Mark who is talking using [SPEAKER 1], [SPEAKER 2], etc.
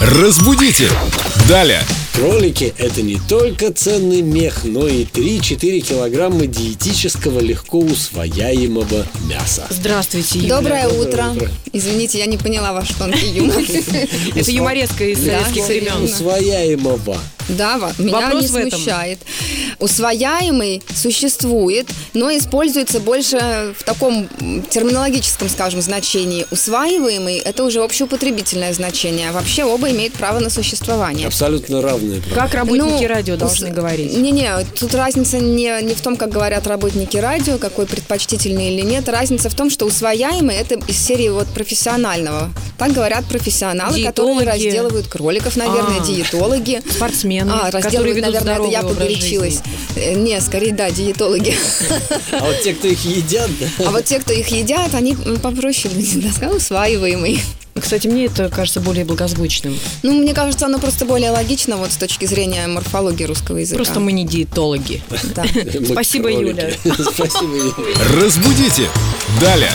[SPEAKER 1] Разбудите! Далее!
[SPEAKER 2] Кролики – это не только ценный мех, но и 3-4 килограмма диетического легко усвояемого мяса.
[SPEAKER 3] Здравствуйте, Юля.
[SPEAKER 4] Доброе утро.
[SPEAKER 2] утро.
[SPEAKER 4] Извините, я не поняла ваш тонкий юмор.
[SPEAKER 3] Это юмореска из
[SPEAKER 4] Да,
[SPEAKER 3] советских времен.
[SPEAKER 4] конечно.
[SPEAKER 2] Усвояемого.
[SPEAKER 4] Да, ва- меня
[SPEAKER 3] Вопрос
[SPEAKER 4] не
[SPEAKER 3] в этом.
[SPEAKER 4] смущает. Усвояемый существует, но используется больше в таком м, терминологическом, скажем, значении. Усваиваемый – это уже общеупотребительное значение. А Вообще оба имеют право на существование.
[SPEAKER 2] Абсолютно равные. правда.
[SPEAKER 3] Как работники
[SPEAKER 4] Ну,
[SPEAKER 3] радио должны
[SPEAKER 4] с-
[SPEAKER 3] говорить?
[SPEAKER 4] Не-не, тут разница не, не в том, как говорят работники радио, какой предпочтительный или нет. Разница в том, что усвояемый это из серии вот профессионального. Так говорят профессионалы,
[SPEAKER 3] Диетологи.
[SPEAKER 4] которые разделывают кроликов, наверное,
[SPEAKER 3] А.
[SPEAKER 4] диетологи.
[SPEAKER 3] Спортсмены,
[SPEAKER 4] А,
[SPEAKER 3] которые
[SPEAKER 4] разделывают,
[SPEAKER 3] ведут
[SPEAKER 4] наверное, это
[SPEAKER 3] здоровый
[SPEAKER 4] я
[SPEAKER 3] образ
[SPEAKER 4] погорячилась. Э, Не, скорее, да, диетологи.
[SPEAKER 2] А вот те, кто их едят, да?
[SPEAKER 4] А вот те, кто их едят, они м, попроще, да, сказал, усваиваемый.
[SPEAKER 3] Кстати, мне это кажется более благозвучным.
[SPEAKER 4] Ну, мне кажется, оно просто более логично вот с точки зрения морфологии русского языка.
[SPEAKER 3] Просто мы не диетологи.
[SPEAKER 4] Да.
[SPEAKER 2] Мы
[SPEAKER 3] Спасибо,
[SPEAKER 2] кролики. Спасибо, Юля.
[SPEAKER 1] Разбудите! Далее!